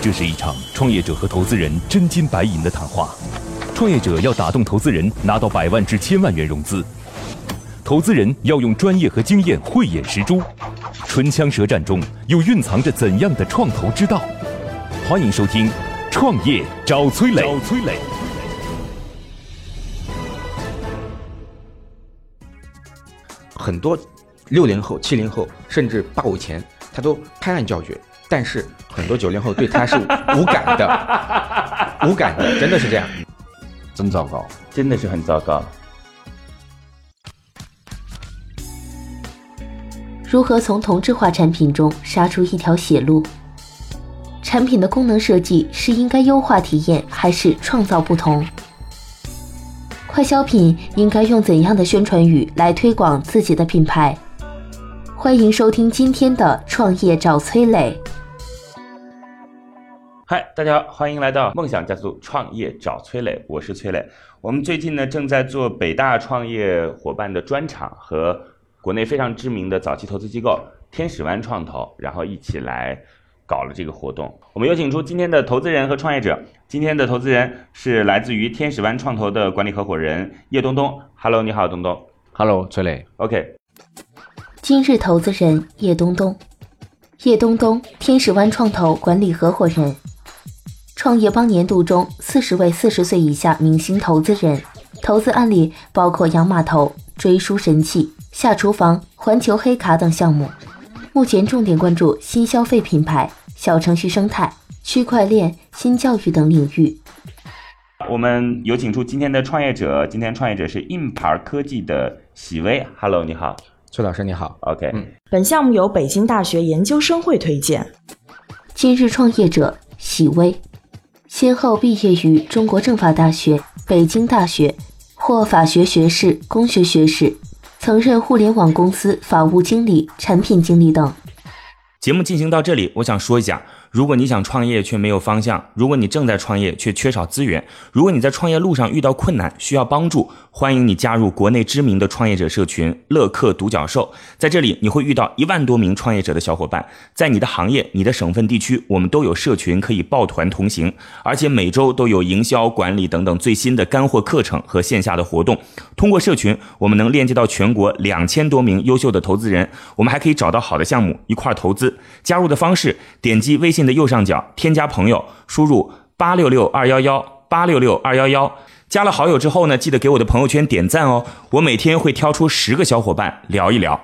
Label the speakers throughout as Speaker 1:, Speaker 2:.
Speaker 1: 这是一场创业者和投资人真金白银的谈话。创业者要打动投资人，拿到百万至千万元融资；投资人要用专业和经验慧眼识珠。唇枪舌战中，又蕴藏着怎样的创投之道？欢迎收听《创业找崔磊》。
Speaker 2: 找崔磊。
Speaker 3: 很多六零后、七零后，甚至八五前，他都拍案叫绝。但是很多九零后对他是无感 的，无感的，真的是这样，
Speaker 4: 真糟糕，
Speaker 5: 真的是很糟糕。
Speaker 6: 如何从同质化产品中杀出一条血路？产品的功能设计是应该优化体验，还是创造不同？快消品应该用怎样的宣传语来推广自己的品牌？欢迎收听今天的《创业找崔磊》。
Speaker 5: 嗨，大家好，欢迎来到梦想加速创业找崔磊，我是崔磊。我们最近呢正在做北大创业伙伴的专场，和国内非常知名的早期投资机构天使湾创投，然后一起来。搞了这个活动，我们有请出今天的投资人和创业者。今天的投资人是来自于天使湾创投的管理合伙人叶东东。Hello，你好，东东。
Speaker 4: Hello，崔磊。
Speaker 5: OK。
Speaker 6: 今日投资人叶东东，叶东东，天使湾创投管理合伙人，创业邦年度中四十位四十岁以下明星投资人，投资案例包括洋码头、追书神器、下厨房、环球黑卡等项目。目前重点关注新消费品牌。小程序生态、区块链、新教育等领域。
Speaker 5: 我们有请出今天的创业者，今天创业者是硬盘科技的喜威。Hello，你好，
Speaker 3: 崔老师，你好。
Speaker 5: OK，、嗯、
Speaker 7: 本项目由北京大学研究生会推荐。
Speaker 6: 今日创业者喜威，先后毕业于中国政法大学、北京大学，获法学学士、工学学士，曾任互联网公司法务经理、产品经理等。
Speaker 2: 节目进行到这里，我想说一下：如果你想创业却没有方向，如果你正在创业却缺少资源，如果你在创业路上遇到困难需要帮助，欢迎你加入国内知名的创业者社群“乐客独角兽”。在这里，你会遇到一万多名创业者的小伙伴，在你的行业、你的省份、地区，我们都有社群可以抱团同行，而且每周都有营销管理等等最新的干货课程和线下的活动。通过社群，我们能链接到全国两千多名优秀的投资人，我们还可以找到好的项目一块投资。加入的方式：点击微信的右上角添加朋友，输入八六六二幺幺八六六二幺幺。加了好友之后呢，记得给我的朋友圈点赞哦。我每天会挑出十个小伙伴聊一聊。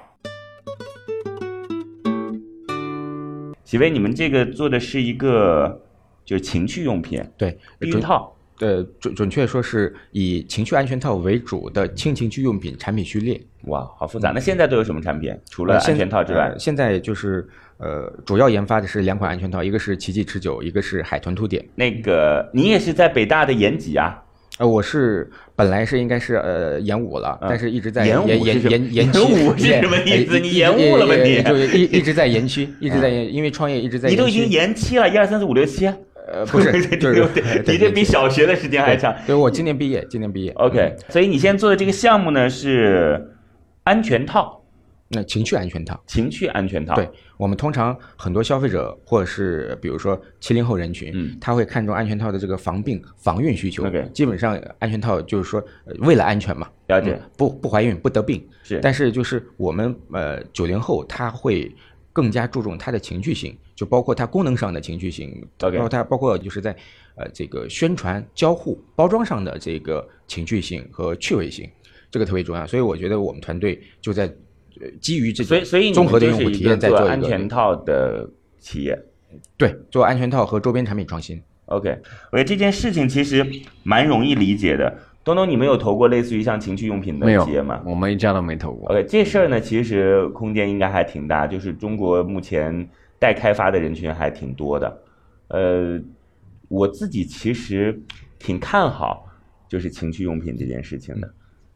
Speaker 5: 喜薇，你们这个做的是一个就是情趣用品，
Speaker 3: 对
Speaker 5: 避孕套，
Speaker 3: 呃，准准确说是以情趣安全套为主的轻情趣用品产品序列。
Speaker 5: 哇，好复杂！那现在都有什么产品？除了安全套之外，
Speaker 3: 嗯呃、现在就是。呃，主要研发的是两款安全套，一个是奇迹持久，一个是海豚凸点。
Speaker 5: 那个你也是在北大的研几啊？
Speaker 3: 呃，我是本来是应该是呃研五
Speaker 5: 啊
Speaker 3: 了，但是一直在
Speaker 5: 研
Speaker 3: 研研
Speaker 5: 研
Speaker 3: 七。
Speaker 5: 五是什么意思？你延误了吧你？啊
Speaker 3: 就一一直在延期，一直在因为创业一直在。
Speaker 5: 你都已经延期了，一二三四五六七。啊
Speaker 3: 呃，不是，就是
Speaker 5: 你这比小学的时间还长。
Speaker 3: 对，我今年毕业，今年毕业。嗯
Speaker 5: OK，所以你现在做的这个项目呢是安全套。
Speaker 3: 那情趣安全套，
Speaker 5: 情趣安全套，
Speaker 3: 对我们通常很多消费者或者是比如说七零后人群，嗯，他会看重安全套的这个防病、防孕需求。基本上安全套就是说呃为了安全嘛，
Speaker 5: 了解，
Speaker 3: 嗯、不不怀孕不得病
Speaker 5: 是。
Speaker 3: 但是就是我们呃九零后他会更加注重它的情趣性，就包括它功能上的情趣性，包括它包括就是在呃这个宣传、交互、包装上的这个情趣性和趣味性，这个特别重要。所以我觉得我们团队就在。呃基于这
Speaker 5: 所以所以
Speaker 3: 综合的用户体验，在做
Speaker 5: 安全套的企业，
Speaker 3: 对，做安全套和周边产品创新。
Speaker 5: OK，我觉得这件事情其实蛮容易理解的。东东，你们有投过类似于像情趣用品的企业吗？
Speaker 4: 我们一家都没投过。
Speaker 5: OK，这事儿呢，其实空间应该还挺大，就是中国目前待开发的人群还挺多的。呃，我自己其实挺看好就是情趣用品这件事
Speaker 4: 嗯
Speaker 5: 情的。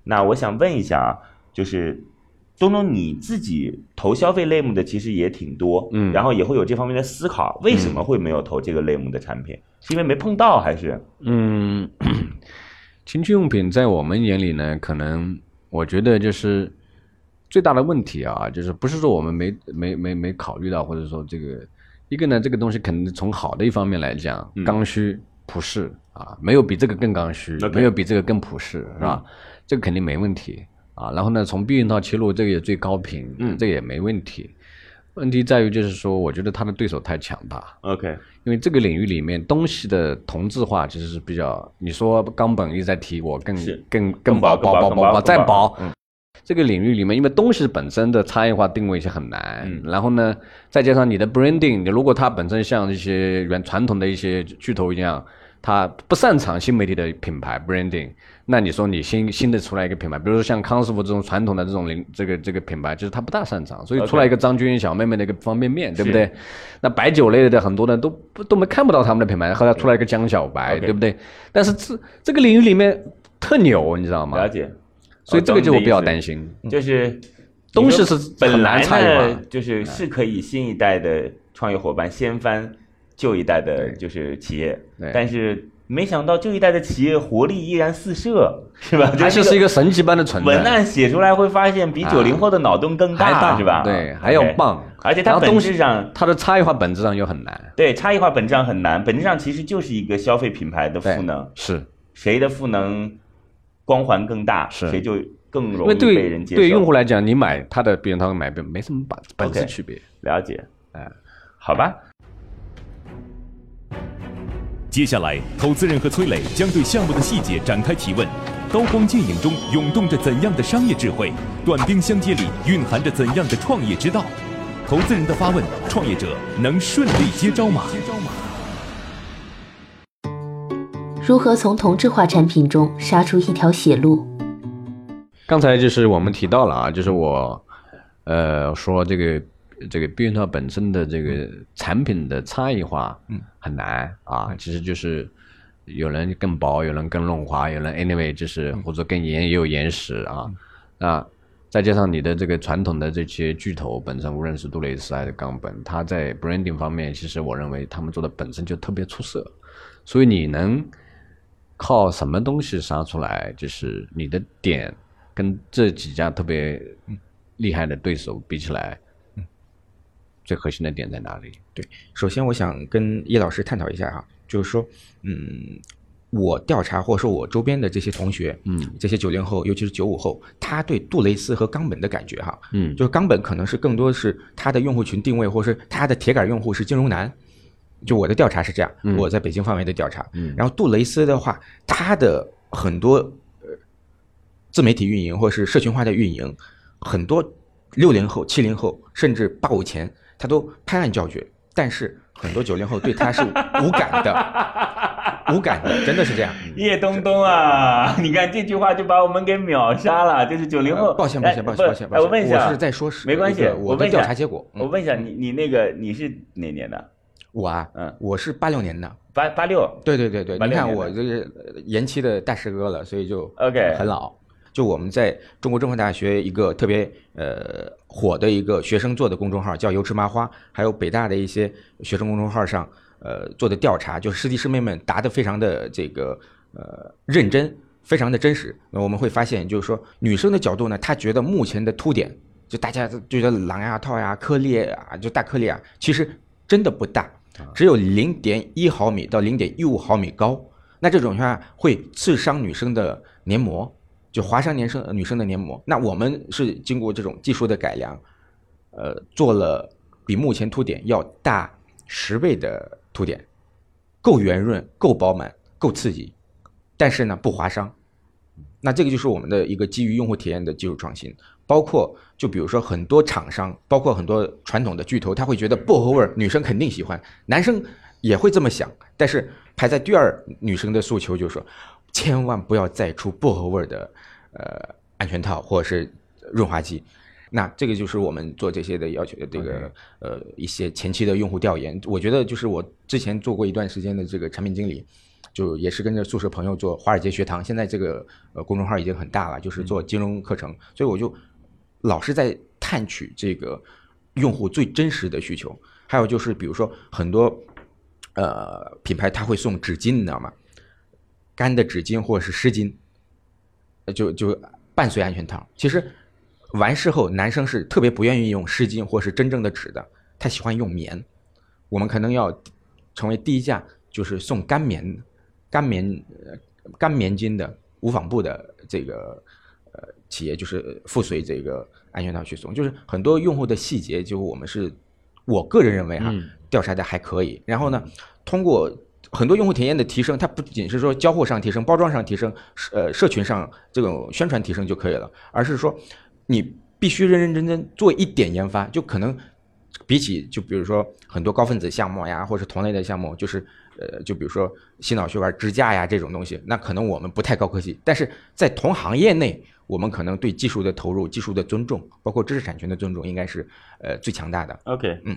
Speaker 5: 那我想问一下啊，就是。东东，你自己投消费类目的其实也挺多，嗯，然后也会有这方面的思考，为什么会没有投这个类目的产品？嗯、是因为没碰到还是？
Speaker 4: 嗯， 情趣用品在我们眼里呢，可能我觉得就是最大的问题啊，就是不是说我们没没没没考虑到，或者说这个一个呢，这个东西肯定从好的一方面来讲，
Speaker 8: 嗯
Speaker 4: 刚需普适啊，没有比这个更刚需
Speaker 8: OK 嗯
Speaker 4: 没有比这个更普适，是吧？这个肯定没问题啊。然后呢，从避孕套切入，这个也最高频，
Speaker 8: 嗯
Speaker 4: 这个也没问题。问题在于就是说，我觉得它的对手太强大，
Speaker 8: OK，
Speaker 4: 因为这个领域里面东西的同质化其实是比较，你说冈本一直在提我更
Speaker 8: 是
Speaker 4: 更
Speaker 8: 更薄
Speaker 4: 薄
Speaker 8: 更
Speaker 4: 薄薄薄
Speaker 8: 薄更薄嗯更
Speaker 4: 再
Speaker 8: 薄
Speaker 4: 薄。这个领域里面，因为东西本身的差异化定位是很难，
Speaker 8: 嗯
Speaker 4: 然后呢，再加上你的 branding，你如果它本身像一些原传统的一些巨头一样，它不擅长新媒体的品牌 branding，那你说你新新的出来一个品牌，比如说像康师傅这种传统的这种零这个这个品牌，就是它不大擅长，所以
Speaker 8: OK
Speaker 4: 出来一个张军小妹妹的一个方便面，对不
Speaker 8: 是
Speaker 4: 对？那白酒类的很多人都不都没看不到他们的品牌，后来出来一个江小白，
Speaker 8: OK
Speaker 4: 对不对？但是这这个领域里面特牛，你知道吗
Speaker 8: 了？解。
Speaker 4: 嗯
Speaker 8: 哦
Speaker 4: 所
Speaker 8: 呃
Speaker 4: 以这个就我比较担
Speaker 8: 心，
Speaker 4: 心。嗯
Speaker 8: 就是
Speaker 4: 东西
Speaker 8: 你
Speaker 4: 是
Speaker 8: 说
Speaker 4: 很
Speaker 8: 本来
Speaker 4: 难参与
Speaker 8: 呢
Speaker 4: 嘛，嗯
Speaker 8: 就是是可以新一代的创业伙伴掀翻旧一代的，就是企业
Speaker 4: 对，
Speaker 8: 但是没想到旧一代的企业活力依然四射，是吧？
Speaker 4: 它就是一
Speaker 8: 个
Speaker 4: 个神级般的存在，
Speaker 8: 文案写出来会发现比
Speaker 4: 啊
Speaker 8: 九零后的脑洞更
Speaker 4: 还大
Speaker 8: 是吧？
Speaker 4: 对，还要
Speaker 8: OK
Speaker 4: 棒，
Speaker 8: 而且
Speaker 4: 然
Speaker 8: 它
Speaker 4: 后
Speaker 8: 本
Speaker 4: 东
Speaker 8: 质
Speaker 4: 西
Speaker 8: 上
Speaker 4: 它的差异化本质上又很难。
Speaker 8: 对差异化本质上很难，本质上其实就是一个消费品牌的
Speaker 4: 对
Speaker 8: 赋能，
Speaker 4: 是
Speaker 8: 谁的赋能光环更大，
Speaker 4: 是
Speaker 8: 谁就更
Speaker 4: 因
Speaker 8: 容
Speaker 4: 为
Speaker 8: 易
Speaker 4: 对
Speaker 8: 被
Speaker 4: 于
Speaker 8: 人接受。
Speaker 4: 对于用户来讲，你买它的避孕套买本没什么本本质
Speaker 8: OK
Speaker 4: 区别。
Speaker 8: 了解，
Speaker 4: 哎，
Speaker 8: 好吧，
Speaker 1: 接下来，投资人和崔磊将对项目的细节展开提问。刀光剑影中涌动着怎样的商业智慧？短兵相接里蕴含着怎样的创业之道？投资人的发问，创业者能顺利接招吗？
Speaker 6: 如何从同质化产品中杀出一条血路？
Speaker 4: 刚才就是我们提到了啊，就是我呃说这个这个避孕套本身的这个产品的差异化，嗯，很难啊，其实就是。有人更薄，有人更润滑，有人 anyway 就是或者更严也有延时啊，那再加上你的这个传统的这些巨头本身，无论是杜蕾斯还是冈本，它在 branding 方面，其实我认为他们做的本身就特别出色，所以你能靠什么东西杀出来？就是你的点跟这几家特别厉害的对手比起来，最核心的点在哪里？
Speaker 3: 首先，我想跟叶老师探讨一下哈、就是说，嗯，我调查或者说我周边的这些同学，嗯，这些九零后，尤其是九五后，他对杜蕾斯和冈本的感觉哈、
Speaker 4: 嗯
Speaker 3: 就是冈本可能是更多是他的用户群定位，或是他的铁杆用户是金融男。就我的调查是这样，
Speaker 8: 嗯
Speaker 3: 我在北京范围的调查，嗯，然后杜蕾斯的话，他的很多呃自媒体运营或是社群化的运营，很多六零后、七零后甚至八五前，他都拍案叫绝，但是很多九零后对他是无感的，无感的，真的是这样。
Speaker 8: 叶东东啊，你看这句话就把我们给秒杀了，就是九零后。
Speaker 3: 呃抱歉，
Speaker 8: 哎
Speaker 3: 抱歉，抱
Speaker 8: 不
Speaker 3: 歉，抱歉，
Speaker 8: 哎，我
Speaker 3: 抱
Speaker 8: 问
Speaker 3: 歉，
Speaker 8: 一下，
Speaker 3: 我是在说实，
Speaker 8: 没关系
Speaker 3: 那个，我
Speaker 8: 问
Speaker 3: 的
Speaker 8: 一下
Speaker 3: 调查结果，嗯
Speaker 8: 我问一下你，你那个你是哪年的？
Speaker 3: 我啊，
Speaker 8: 嗯
Speaker 3: 我是八六年的，
Speaker 8: 八八六。
Speaker 3: 对对对对，
Speaker 8: 86
Speaker 3: 你看
Speaker 8: 年
Speaker 3: 我
Speaker 8: 的
Speaker 3: 这个呃延期的大师哥了，所以就
Speaker 8: OK
Speaker 3: 很老。就我们在中国政法大学一个特别呃火的一个学生做的公众号叫“油吃麻花”，还有北大的一些学生公众号上呃做的调查，就是师弟师妹们答的非常的这个呃认真，非常的真实。那我们会发现，就是说女生的角度呢，她觉得目前的凸点，就大家都觉得狼牙套呀、颗粒啊，就大颗粒啊，其实真的不大，只有零点一毫米到零点一五毫米高。那这种情况下会刺伤女生的黏膜，就划伤年生女生的黏膜。那我们是经过这种技术的改良，呃，做了比目前凸点要大十倍的凸点，够圆润、够饱满、够刺激，但是呢不划伤。那这个就是我们的一个基于用户体验的技术创新，包括就比如说很多厂商，包括很多传统的巨头，他会觉得薄荷味儿女生肯定喜欢，男生也会这么想，但是排在第二女生的诉求就是说，千万不要再出薄荷味儿的呃安全套或者是润滑剂。那这个就是我们做这些的要求的这个呃一些前期的用户调研，我觉得就是我之前做过一段时间的这个产品经理，就也是跟着宿舍朋友做华尔街学堂，现在这个呃公众号已经很大了，就是做金融课程，所以我就老是在探取这个用户最真实的需求。还有就是，比如说很多呃品牌它会送纸巾，你知道吗？干的纸巾或者是湿巾，呃就就伴随安全套。其实完事后，男生是特别不愿意用湿巾或是真正的纸的，他喜欢用棉。我们可能要成为第一家就是送干棉、干棉、呃干棉巾的无纺布的这个呃企业，就是附随这个安全套去送，就是很多用户的细节，就我们是我个人认为哈、调查的还可以。然后呢，通过很多用户体验的提升，它不仅是说交互上提升、包装上提升、社呃社群上这种宣传提升就可以了，而是说你必须认认真真做一点研发，就可能比起就比如说很多高分子项目呀，或者是同类的项目，就是呃就比如说心脑血管支架呀这种东西，那可能我们不太高科技，但是在同行业内。我们可能对技术的投入、技术的尊重，包括知识产权的尊重，应该是呃最强大的。
Speaker 8: OK，
Speaker 5: 嗯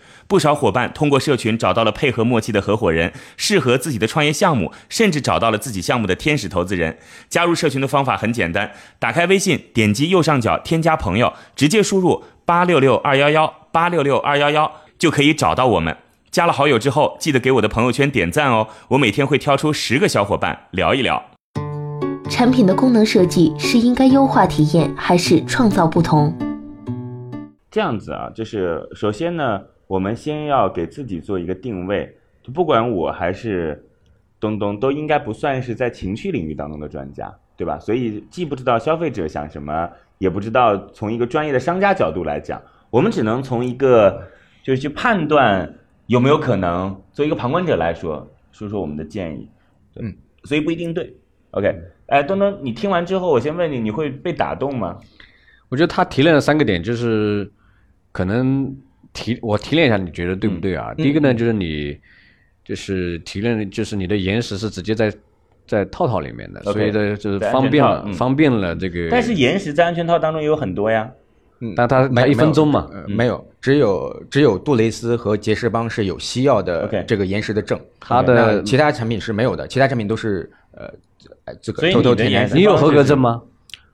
Speaker 5: 不少伙伴通过社群找到了配合默契的合伙人，适合自己的创业项目，甚至找到了自己项目的天使投资人。加入社群的方法很简单，打开微信，点击右上角添加朋友，直接输入八六六二幺幺八六六二幺幺就可以找到我们。加了好友之后，记得给我的朋友圈点赞哦，我每天会挑出十个小伙伴聊一聊。
Speaker 6: 产品的功能设计是应该优化体验，还是创造不同？
Speaker 8: 这样子啊，就是首先呢，我们先要给自己做一个定位，就不管我还是东东，都应该不算是在情趣领域当中的专家，对吧？所以既不知道消费者想什么，也不知道从一个专业的商家角度来讲，我们只能从一个就是去判断有没有可能，作为一个旁观者来说，说说我们的建议。对
Speaker 3: 嗯，
Speaker 8: 所以不一定对。OK，哎，东东，你听完之后，我先问你，你会被打动吗？
Speaker 4: 我觉得他提炼了三个点，就是可能提我提炼一下，你觉得对不对啊？第一个呢，就是你就是提炼，就是你的延时是直接在在套套里面的，
Speaker 8: OK，
Speaker 4: 所以呢就是
Speaker 8: 在安
Speaker 4: 方
Speaker 8: 全
Speaker 4: 便
Speaker 8: 套
Speaker 4: 了
Speaker 8: 嗯
Speaker 4: 方便了这个。
Speaker 8: 但是延时在安全套当中也有很多呀。
Speaker 4: 但它
Speaker 3: 没
Speaker 4: 它一分钟嘛，
Speaker 3: 没有,、呃没有，只有只有杜蕾斯和杰士邦是有西药的
Speaker 8: OK
Speaker 3: 这个延时的证，
Speaker 4: 它的
Speaker 3: 那其他产品是没有的，其他产品都是呃呃自
Speaker 8: 所
Speaker 3: 个
Speaker 8: 以
Speaker 3: 偷偷
Speaker 8: 你的
Speaker 3: 添
Speaker 8: 延
Speaker 3: 延
Speaker 8: 时
Speaker 3: 时。
Speaker 4: 你有合格证吗？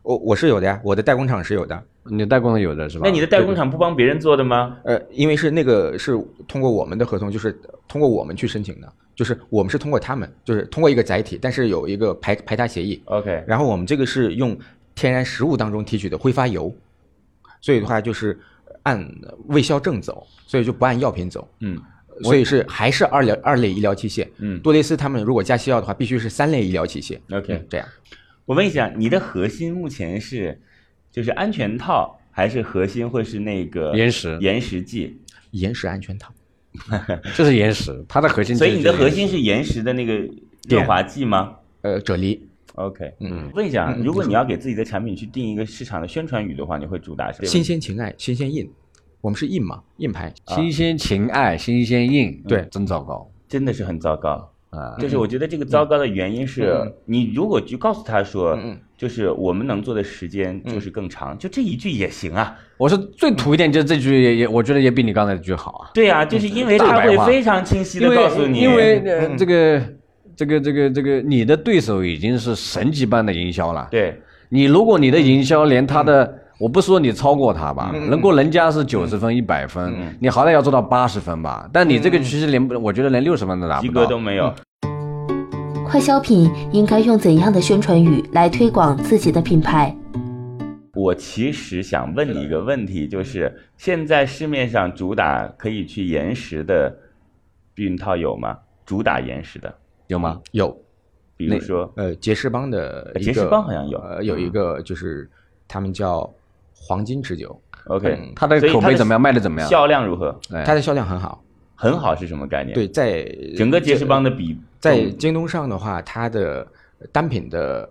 Speaker 3: 我我是有的呀，我的代工厂是有的，
Speaker 4: 你代工的有的是吧？
Speaker 8: 那你的代工厂不帮别人做的吗？
Speaker 3: 呃，因为是那个是通过我们的合同，就是通过我们去申请的，就是我们是通过他们，就是通过一个载体，但是有一个排排他协议，
Speaker 8: OK，
Speaker 3: 然后我们这个是用天然食物当中提取的挥发油，所以的话就是按卫效正走，所以就不按药品走。
Speaker 8: 嗯，
Speaker 3: 所以是还是二类二类医疗器械。
Speaker 8: 嗯
Speaker 3: 多雷斯他们如果加西药的话，必须是三类医疗器械。
Speaker 8: OK
Speaker 3: 嗯这样
Speaker 8: 我问一下，你的核心目前是就是安全套，还是核心会是那个
Speaker 4: 延时
Speaker 8: 延时剂？
Speaker 3: 延时安全套。
Speaker 4: 就是延时，它的核心就
Speaker 8: 所
Speaker 4: 是
Speaker 8: 以
Speaker 4: 延
Speaker 8: 你
Speaker 4: 时。
Speaker 8: 的核心是延时的那个润滑剂吗
Speaker 3: 呃，啫喱，
Speaker 8: ？OK，
Speaker 3: 嗯，
Speaker 8: 问一下，如果你要给自己的产品去定一个市场的宣传语的话，你会主打什么？
Speaker 3: 新鲜情爱，新鲜印，我们是印嘛，印牌。
Speaker 8: 啊
Speaker 4: 新鲜情爱，新鲜硬，
Speaker 3: 对
Speaker 4: 真糟糕
Speaker 8: 真的是很糟糕。
Speaker 4: 啊！
Speaker 8: 就是我觉得这个糟糕的原因是，你如果就告诉他说
Speaker 3: 嗯嗯，
Speaker 8: 就是我们能做的时间就是更长，就这一句也行啊。
Speaker 4: 我说最土一点，就是这句也也，我觉得也比你刚才这句好啊。
Speaker 8: 对啊，就是因为他
Speaker 4: 大白
Speaker 8: 会
Speaker 4: 话
Speaker 8: 非常清晰
Speaker 4: 因
Speaker 8: 的
Speaker 4: 为
Speaker 8: 告诉你，嗯
Speaker 4: 因为呃这个这个这个这个，你的对手已经是神级般的营销了。，
Speaker 8: 对嗯
Speaker 4: 你如果你的营销连他的，我不说你超过他吧，能够人家是九十分、一百分，
Speaker 8: 嗯
Speaker 4: 你好歹要做到八十分吧。但你这个其实连不，我觉得连六十分都达
Speaker 8: 及
Speaker 4: 不
Speaker 8: 格
Speaker 4: 到。
Speaker 8: 都没有。
Speaker 6: 快消品应该用怎样的宣传语来推广自己的品牌？
Speaker 8: 我其实想问你一个问题，就是现在市面上主打可以去延时的避孕套有吗？主打延时的，
Speaker 4: 有吗？
Speaker 3: 有，
Speaker 8: 比如说哎
Speaker 3: 呃，杰士邦的一个
Speaker 8: 杰士邦好像有嗯
Speaker 3: 呃，有一个就是他们叫黄金持久，
Speaker 8: ，OK，
Speaker 4: 它的
Speaker 8: 所以
Speaker 4: 口
Speaker 8: 它
Speaker 4: 碑怎么样？卖的怎么样？
Speaker 8: 销量如何？
Speaker 4: 哎
Speaker 3: 它的销量很好。
Speaker 8: 很好是什么概念？，
Speaker 3: 对，在
Speaker 8: 整个杰士邦的比
Speaker 3: 在京东上的话，它的单品的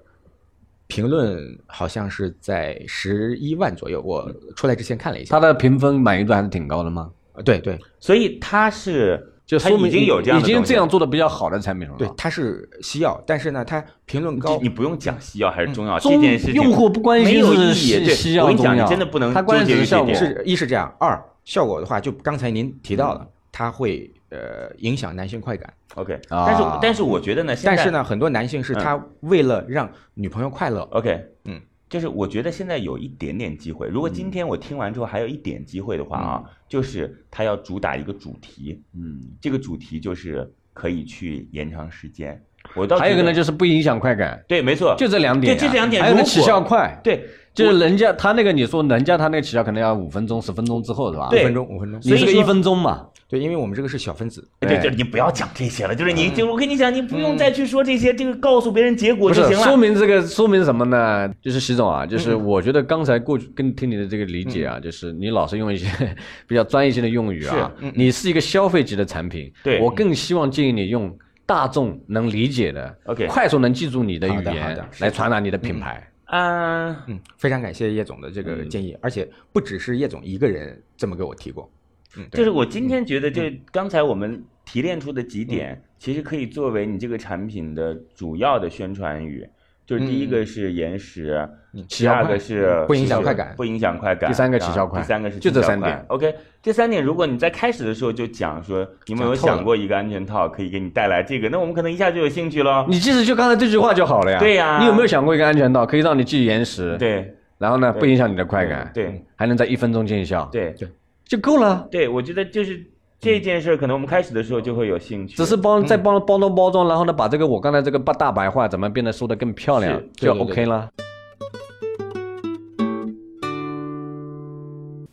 Speaker 3: 评论好像是在十一万左右。我
Speaker 8: 嗯
Speaker 3: 出来之前看了一下，
Speaker 4: 它的评分满意度还是挺高的吗？
Speaker 3: 呃对对
Speaker 8: 所以它是
Speaker 4: 就
Speaker 8: 它
Speaker 4: 说明
Speaker 8: 已经有这样
Speaker 4: 已
Speaker 8: 的
Speaker 4: 经
Speaker 8: 东西
Speaker 4: 这样
Speaker 8: 了。
Speaker 4: 做的比较好的产品了。
Speaker 3: 对，它是西药，但是呢，它评论
Speaker 8: 就
Speaker 3: 高
Speaker 8: 你。不用讲西药还是嗯中药这
Speaker 4: 中
Speaker 8: 件事情，
Speaker 4: 用户不关
Speaker 8: 没
Speaker 4: 心
Speaker 8: 有
Speaker 4: 是
Speaker 8: 意义。
Speaker 4: 西
Speaker 8: 对
Speaker 4: 西药
Speaker 8: 我跟你讲，
Speaker 4: 中
Speaker 8: 你
Speaker 4: 药
Speaker 8: 真的不能
Speaker 4: 它关
Speaker 8: 纠
Speaker 4: 键只是
Speaker 8: 结于
Speaker 4: 效
Speaker 8: 这
Speaker 4: 果
Speaker 8: 点。
Speaker 3: 是一是这样，二效果的话，就刚才您提到
Speaker 8: 嗯
Speaker 3: 了，它会呃影响男性快感，
Speaker 8: OK，
Speaker 4: 啊
Speaker 8: 但是但是我觉得呢，现
Speaker 3: 但
Speaker 8: 在嗯
Speaker 3: 是呢，很多男性是他为了让女朋友快乐，
Speaker 8: ，OK，
Speaker 3: 嗯，
Speaker 8: 就是我觉得现在有一点点机会。如果今天我听完之后还有一点机会的话啊，就是它要主打一个主题，
Speaker 4: 嗯，
Speaker 8: 这个主题就是可以去延长时间。我倒
Speaker 4: 还有一
Speaker 8: 觉
Speaker 4: 个呢，
Speaker 8: 得
Speaker 4: 就是不影响快感，
Speaker 8: 对，没错，
Speaker 4: 就这两点啊、
Speaker 8: 对，这两点。
Speaker 4: 还有
Speaker 8: 如
Speaker 4: 个
Speaker 8: 果
Speaker 4: 起效快，
Speaker 8: 对，
Speaker 4: 就是人家他那个你说人家他那个起效可能要五分钟、十分钟之后是吧？
Speaker 8: 对
Speaker 3: 五分钟，五分钟。
Speaker 8: 所
Speaker 4: 你
Speaker 8: 以
Speaker 4: 这个
Speaker 8: 说
Speaker 4: 一分钟嘛，哎
Speaker 3: 对，因为我们这个是小分子，
Speaker 8: 对，就你不要讲这些了，就是
Speaker 4: 嗯
Speaker 8: 你就我跟你讲，你不用再去说这些，这个告诉别人结果
Speaker 4: 不
Speaker 8: 就是行啊嗯
Speaker 4: 说
Speaker 8: 了。
Speaker 4: 明这个说明什么呢？就是习总啊，就是我觉得刚才过去跟听你的这个理解
Speaker 8: 嗯
Speaker 4: 啊，就是你老是用一些 比较专业性的用语啊，你是一个消费级的产品，
Speaker 8: 嗯对
Speaker 4: 我更希望建议你用大众能理解的
Speaker 8: OK
Speaker 4: 快速能记住你的
Speaker 3: 好
Speaker 4: 语
Speaker 3: 的好
Speaker 4: 言
Speaker 3: 的
Speaker 4: 来传达你的品牌。
Speaker 8: 嗯，
Speaker 3: 嗯，非常感谢叶总的这个建议，而且不只是叶总一个人这么给我提过，嗯，对
Speaker 8: 就是我今天觉得，就
Speaker 4: 嗯
Speaker 8: 刚才我们提炼出的几点，其实可以作为你这个产品的主要的宣传语。就是第一
Speaker 4: 嗯
Speaker 8: 个是延时，
Speaker 4: 起
Speaker 8: 第
Speaker 4: 嗯效快嗯
Speaker 8: 二个是
Speaker 3: 不影响
Speaker 8: 是
Speaker 3: 快感
Speaker 8: 不影响快感。
Speaker 4: 第三个起
Speaker 8: 啊
Speaker 4: 效快
Speaker 8: 第三个是
Speaker 4: 就
Speaker 8: 起
Speaker 4: 这
Speaker 8: 效
Speaker 4: 三
Speaker 8: 快
Speaker 4: 点。
Speaker 8: OK，这三点，如果你在开始的时候就讲说，你们有
Speaker 4: 讲透了
Speaker 8: 想过一个安全套可以给你带来这个，那我们可能一下就有兴趣了。
Speaker 4: 你即使就刚才这句话就好了呀。
Speaker 8: 嗯对呀
Speaker 4: 你有没有想过一个安全套可以让你既延时，，
Speaker 8: 对
Speaker 4: 然后呢
Speaker 8: 对
Speaker 4: 不影响你的快感，
Speaker 8: 对
Speaker 4: 还能在一分钟见效，，
Speaker 8: 对
Speaker 4: 就嗯够了。
Speaker 8: 对，我觉得就是这件事，可能我们开始的时候就会有兴趣。
Speaker 4: 只是帮再帮包装包装，然后呢，把这个我刚才这个大白话怎么变得说的更漂亮
Speaker 8: 是，
Speaker 4: 就
Speaker 3: 对对
Speaker 4: OK 了。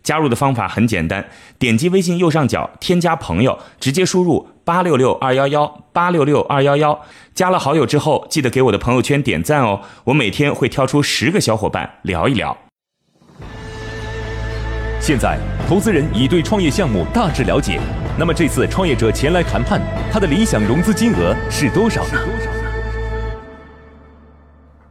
Speaker 5: 加入的方法很简单，点击微信右上角添加朋友，直接输入八六六二幺幺八六六二幺幺。加了好友之后，记得给我的朋友圈点赞哦。我每天会挑出十个小伙伴聊一聊。
Speaker 1: 现在，投资人已对创业项目大致了解，那么这次创业者前来谈判，他的理想融资金额是多少呢？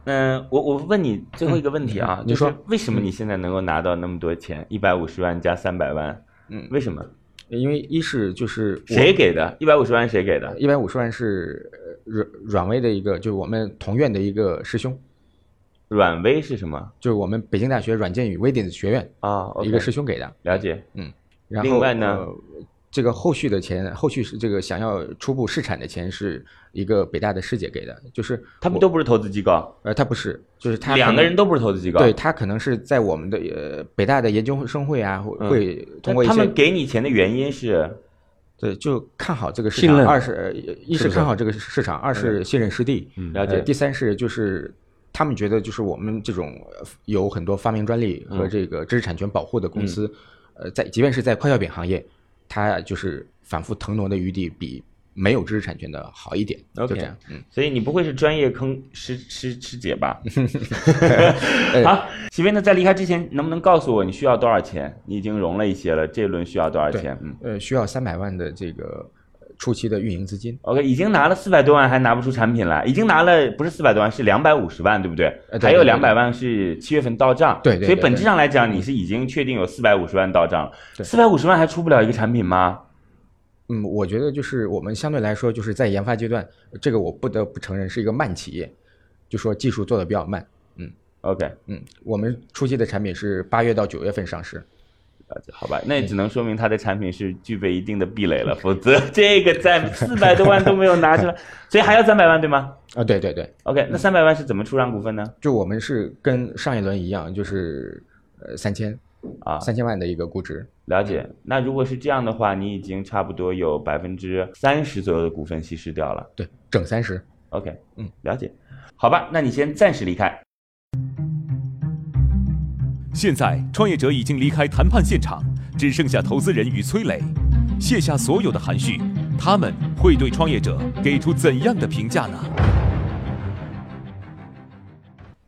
Speaker 8: 嗯，我我问你最后一个问题啊，
Speaker 3: 嗯你说
Speaker 8: 就是为什么你现在能够拿到那么多钱，一百五十万加三百万？
Speaker 3: 嗯
Speaker 8: 为什么？
Speaker 3: 因为一是就是我
Speaker 8: 谁给的？一百五十万谁给的？
Speaker 3: 一百五十万是呃阮阮威的一个，就是我们同院的一个师兄，
Speaker 8: 软微是什么
Speaker 3: 就是我们北京大学软件与微电子学院
Speaker 8: 啊？OK，
Speaker 3: 一个师兄给的。
Speaker 8: 了解。
Speaker 3: 然后
Speaker 8: 另外呢
Speaker 3: 呃这个后续的钱，后续是这个想要初步试产的钱，是一个北大的师姐给的，就是
Speaker 8: 他们
Speaker 3: 我
Speaker 8: 都不是投资机构，
Speaker 3: 呃，他不是，就是他
Speaker 8: 两
Speaker 3: 可
Speaker 8: 个
Speaker 3: 能
Speaker 8: 人都不是投资机构。
Speaker 3: 对，他可能是在我们的呃北大的研究生会啊，会
Speaker 8: 嗯
Speaker 3: 会通过
Speaker 8: 那
Speaker 3: 一
Speaker 8: 他
Speaker 3: 些
Speaker 8: 们给你钱的原因是
Speaker 3: 对就看好这个市
Speaker 4: 信
Speaker 3: 场，
Speaker 4: 任
Speaker 3: 二是呃一
Speaker 4: 是
Speaker 3: 是
Speaker 4: 不是嗯呃
Speaker 3: 看好这个市场，二是信任师弟，嗯
Speaker 8: 了解
Speaker 3: 第三是就是他们觉得就是我们这种呃有很多发明专利
Speaker 8: 嗯
Speaker 3: 和这个知识产权保护的公司，呃，在即便是在快消品行业，它就是反复腾挪的余地比没有知识产权的好一点，就
Speaker 8: OK
Speaker 3: 这样，嗯，
Speaker 8: 所以你不会是专业坑师师师姐 吧？
Speaker 3: 哎
Speaker 8: 好，喜飞，那在离开之前，能不能告诉我你需要多少钱？你已经融了一些了，这轮需要多少
Speaker 3: 对
Speaker 8: 钱？嗯
Speaker 3: 呃，需要三百万的这个呃初期的运营资金，
Speaker 8: ，OK，已经拿了四百多万，还拿不出产品来，已经拿了不是四百多万，是两百五十万，对不对？
Speaker 3: 呃对
Speaker 8: 还有
Speaker 3: 对对
Speaker 8: 两百万是七月份到账，
Speaker 3: 对对对
Speaker 8: 所以本质上来讲，你是已经确定有四百五十万到账了，四百五十万还出不了一个产品吗？
Speaker 3: 嗯，我觉得就是我们相对来说，就是在研发阶段，这个我不得不承认是一个慢企业，就说技术做的比较慢。
Speaker 8: OK，了
Speaker 3: 嗯，我们初期的产品是八月到九月份上市。
Speaker 8: 解，好吧，
Speaker 3: 嗯
Speaker 8: 那也只能说明它的产品是具备一定的壁垒了， 否则这个在四百多万都没有 拿出来，所以还要三百万，对吗
Speaker 3: 啊，对对对，
Speaker 8: ？OK，那三百万是怎么出让股份呢？
Speaker 3: 就我们是跟上一轮一样，就是呃三千
Speaker 8: 啊，
Speaker 3: 三千万的一个估值。
Speaker 8: 了解。那如果是这样的话，你已经差不多有百分之三十左右的股份稀释掉了。
Speaker 3: 对，整三十。
Speaker 8: OK，
Speaker 3: 嗯，
Speaker 8: 了解。好吧，那你先暂时离开。
Speaker 1: 现在，创业者已经离开谈判现场，只剩下投资人与崔磊，卸下所有的含蓄，他们会对创业者给出怎样的评价呢？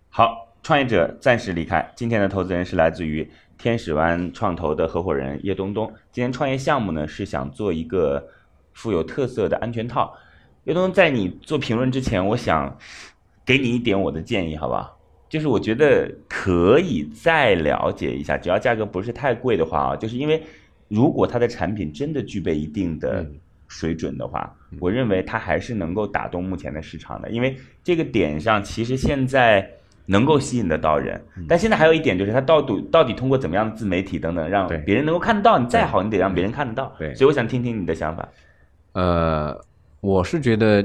Speaker 8: 好，创业者暂时离开。今天的投资人是来自于天使湾创投的合伙人叶东东。今天创业项目呢是想做一个富有特色的安全套。叶东东，在你做评论之前，我想给你一点我的建议，好吧？就是我觉得可以再了解一下，只要价格不是太贵的话啊，就是因为如果它的产品真的具备一定的水准的话，我认为它还是能够打动目前的市场的，因为这个点上其实现在。能够吸引得到人，
Speaker 4: 嗯
Speaker 8: 但现在还有一点就是，它到底到底通过怎么样的自媒体等等，让
Speaker 4: 对
Speaker 8: 别人能够看得到。你再好，你得让别人看得到。
Speaker 4: 对
Speaker 8: 所以我想听听你的 想法。
Speaker 4: 呃，我是觉得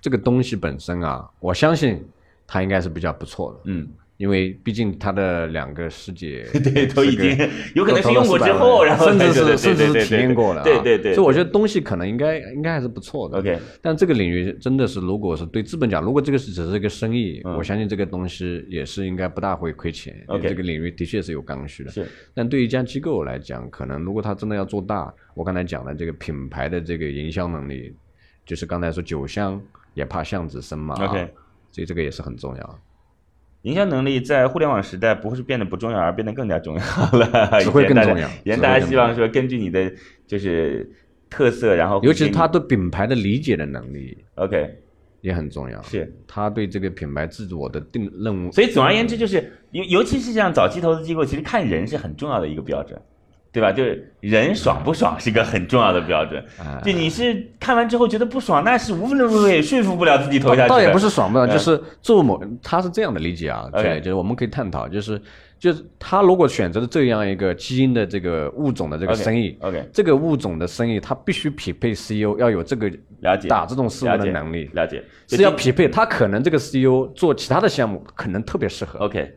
Speaker 4: 这个东西本身啊，我相信它应该是比较不错的，
Speaker 8: 嗯，
Speaker 4: 因为毕竟它的两个师 姐
Speaker 8: 对，都已
Speaker 4: 这个
Speaker 8: 经有可能是
Speaker 4: 都投
Speaker 8: 用
Speaker 4: 了
Speaker 8: 过之
Speaker 4: 400
Speaker 8: 后，然后
Speaker 4: 甚至
Speaker 8: 才觉得
Speaker 4: 是甚
Speaker 8: 对
Speaker 4: 至
Speaker 8: 对
Speaker 4: 是体
Speaker 8: 对对
Speaker 4: 验过了啊，
Speaker 8: 对对对，
Speaker 4: 所以我
Speaker 8: 对
Speaker 4: 觉得东西可能应该应该还是不错的。
Speaker 8: OK，
Speaker 4: 但这个领域真的是，如果是对资本讲，如果这个是只是一个生意，
Speaker 8: 嗯
Speaker 4: 我相信这个东西也是应该不大会亏钱。因为
Speaker 8: OK
Speaker 4: 这个领域的确是有刚需的。
Speaker 8: 是
Speaker 4: 但对于一家机构来讲，可能如果它真的要做大，我刚才讲的这个品牌的这个营销能力，就是刚才说酒香也怕巷子深嘛、啊
Speaker 8: OK
Speaker 4: 所以这个也是很重要，
Speaker 8: 营销能力在互联网时代不是变得不重要，而变得更加重要了，
Speaker 4: 只会更
Speaker 8: 以前大
Speaker 4: 重要只会
Speaker 8: 家以前大家
Speaker 4: 更
Speaker 8: 希
Speaker 4: 重
Speaker 8: 望
Speaker 4: 要
Speaker 8: 说根据你的就是特色，然后
Speaker 4: 尤其是
Speaker 8: 给你
Speaker 4: 他对品牌的理解的能力
Speaker 8: OK
Speaker 4: 也很重要。
Speaker 8: 是，
Speaker 4: 他对这个品牌自我的定任务，
Speaker 8: 所以总而言
Speaker 4: 嗯
Speaker 8: 之就是尤尤其是像早期投资机构，其实看人是很重要的一个标准。对吧？就是人爽不爽是个很重要的标准。
Speaker 4: 哎
Speaker 8: 就你是看完之后觉得不爽，那是无论如何也说服不了自己投下去的。
Speaker 4: 倒也不是爽不爽，
Speaker 8: 嗯
Speaker 4: 就是做某他是这样的理解啊，
Speaker 8: OK
Speaker 4: 对，就是我们可以探讨，就是就是他如果选择了这样一个基因的这个物种的这个
Speaker 8: OK，
Speaker 4: 生意
Speaker 8: OK
Speaker 4: 这个物种的生意，他必须匹配 CEO 要有这个
Speaker 8: 了解
Speaker 4: 打这种事物
Speaker 8: 了
Speaker 4: 的
Speaker 8: 解
Speaker 4: 能力，
Speaker 8: 了解
Speaker 4: 是要匹配。他可能这个 CEO 做其他的项目可能特别适合，
Speaker 8: OK，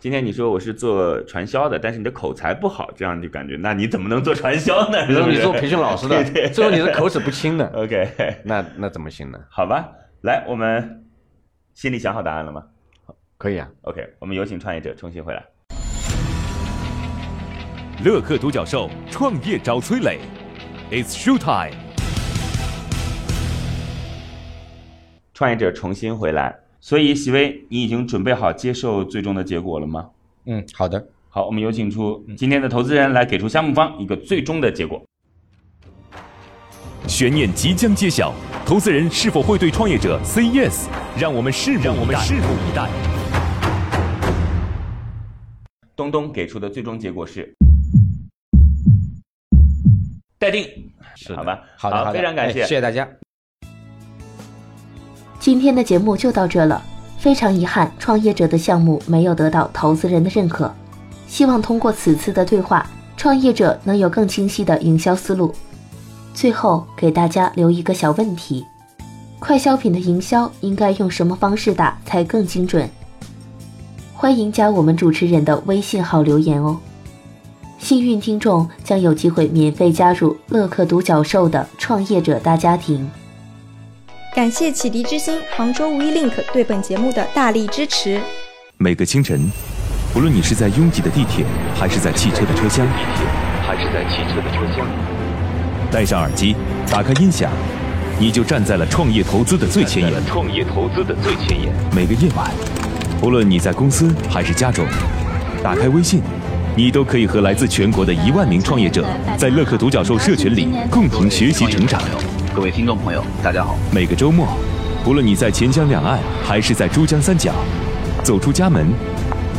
Speaker 8: 今天你说我是做传销的，但是你的口才不好，这样就感觉那你怎么能做传销呢？
Speaker 4: 比如
Speaker 8: 是
Speaker 4: 说
Speaker 8: 不
Speaker 4: 你
Speaker 8: 是
Speaker 4: 做培训老师的，
Speaker 8: 对对呃
Speaker 4: 最后你是口齿不清的，
Speaker 8: OK，
Speaker 4: 那那怎么行呢？
Speaker 8: 好吧，来，我们心里想好答案了吗
Speaker 4: 可以啊，
Speaker 8: ？OK，我们有请创业者重新回来。
Speaker 1: 乐客独角兽创业找崔磊，It's show time。
Speaker 8: 创业者重新回来，所以席薇，你已经准备好接受最终的结果了吗？
Speaker 3: 嗯，好的。
Speaker 8: 好，我们有请出
Speaker 3: 嗯
Speaker 8: 今天的投资人来给出项目方一个最终的结果。
Speaker 1: 悬念即将揭晓，投资人是否会对创业者 say yes？让我们拭目让我们拭目以待。
Speaker 8: 东东给出的最终结果是待定，
Speaker 4: 是的
Speaker 8: 好吧？
Speaker 3: 好的，好的，
Speaker 8: 非常感
Speaker 3: 哎
Speaker 8: 谢，
Speaker 3: 谢谢大家。
Speaker 6: 今天的节目就到这了。非常遗憾，创业者的项目没有得到投资人的认可。希望通过此次的对话，创业者能有更清晰的营销思路。最后给大家留一个小问题：快消品的营销应该用什么方式打才更精准？欢迎加我们主持人的微信号留言哦。幸运听众将有机会免费加入乐客独角兽的创业者大家庭。
Speaker 9: 感谢启迪之星、杭州无一 link 对本节目的大力支持。
Speaker 1: 每个清晨，不论你是在拥挤的地铁，还是在汽车的车厢，还是在汽车的车厢，戴上耳机，打开音响，你就站在了创业投资的最前沿。创业投资的最前沿。每个夜晚，不论你在公司还是家中，打开微信。你都可以和来自全国的一万名创业者，在乐客独角兽社群里共同学习成长。
Speaker 10: 各位听众朋友，大家好。
Speaker 1: 每个周末，不论你在钱江两岸还是在珠江三角，走出家门，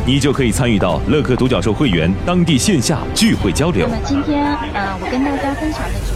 Speaker 1: 你就可以参与到乐客独角兽会员当地线下聚会交流
Speaker 11: 那。么今天，呃，我跟大家分享的主题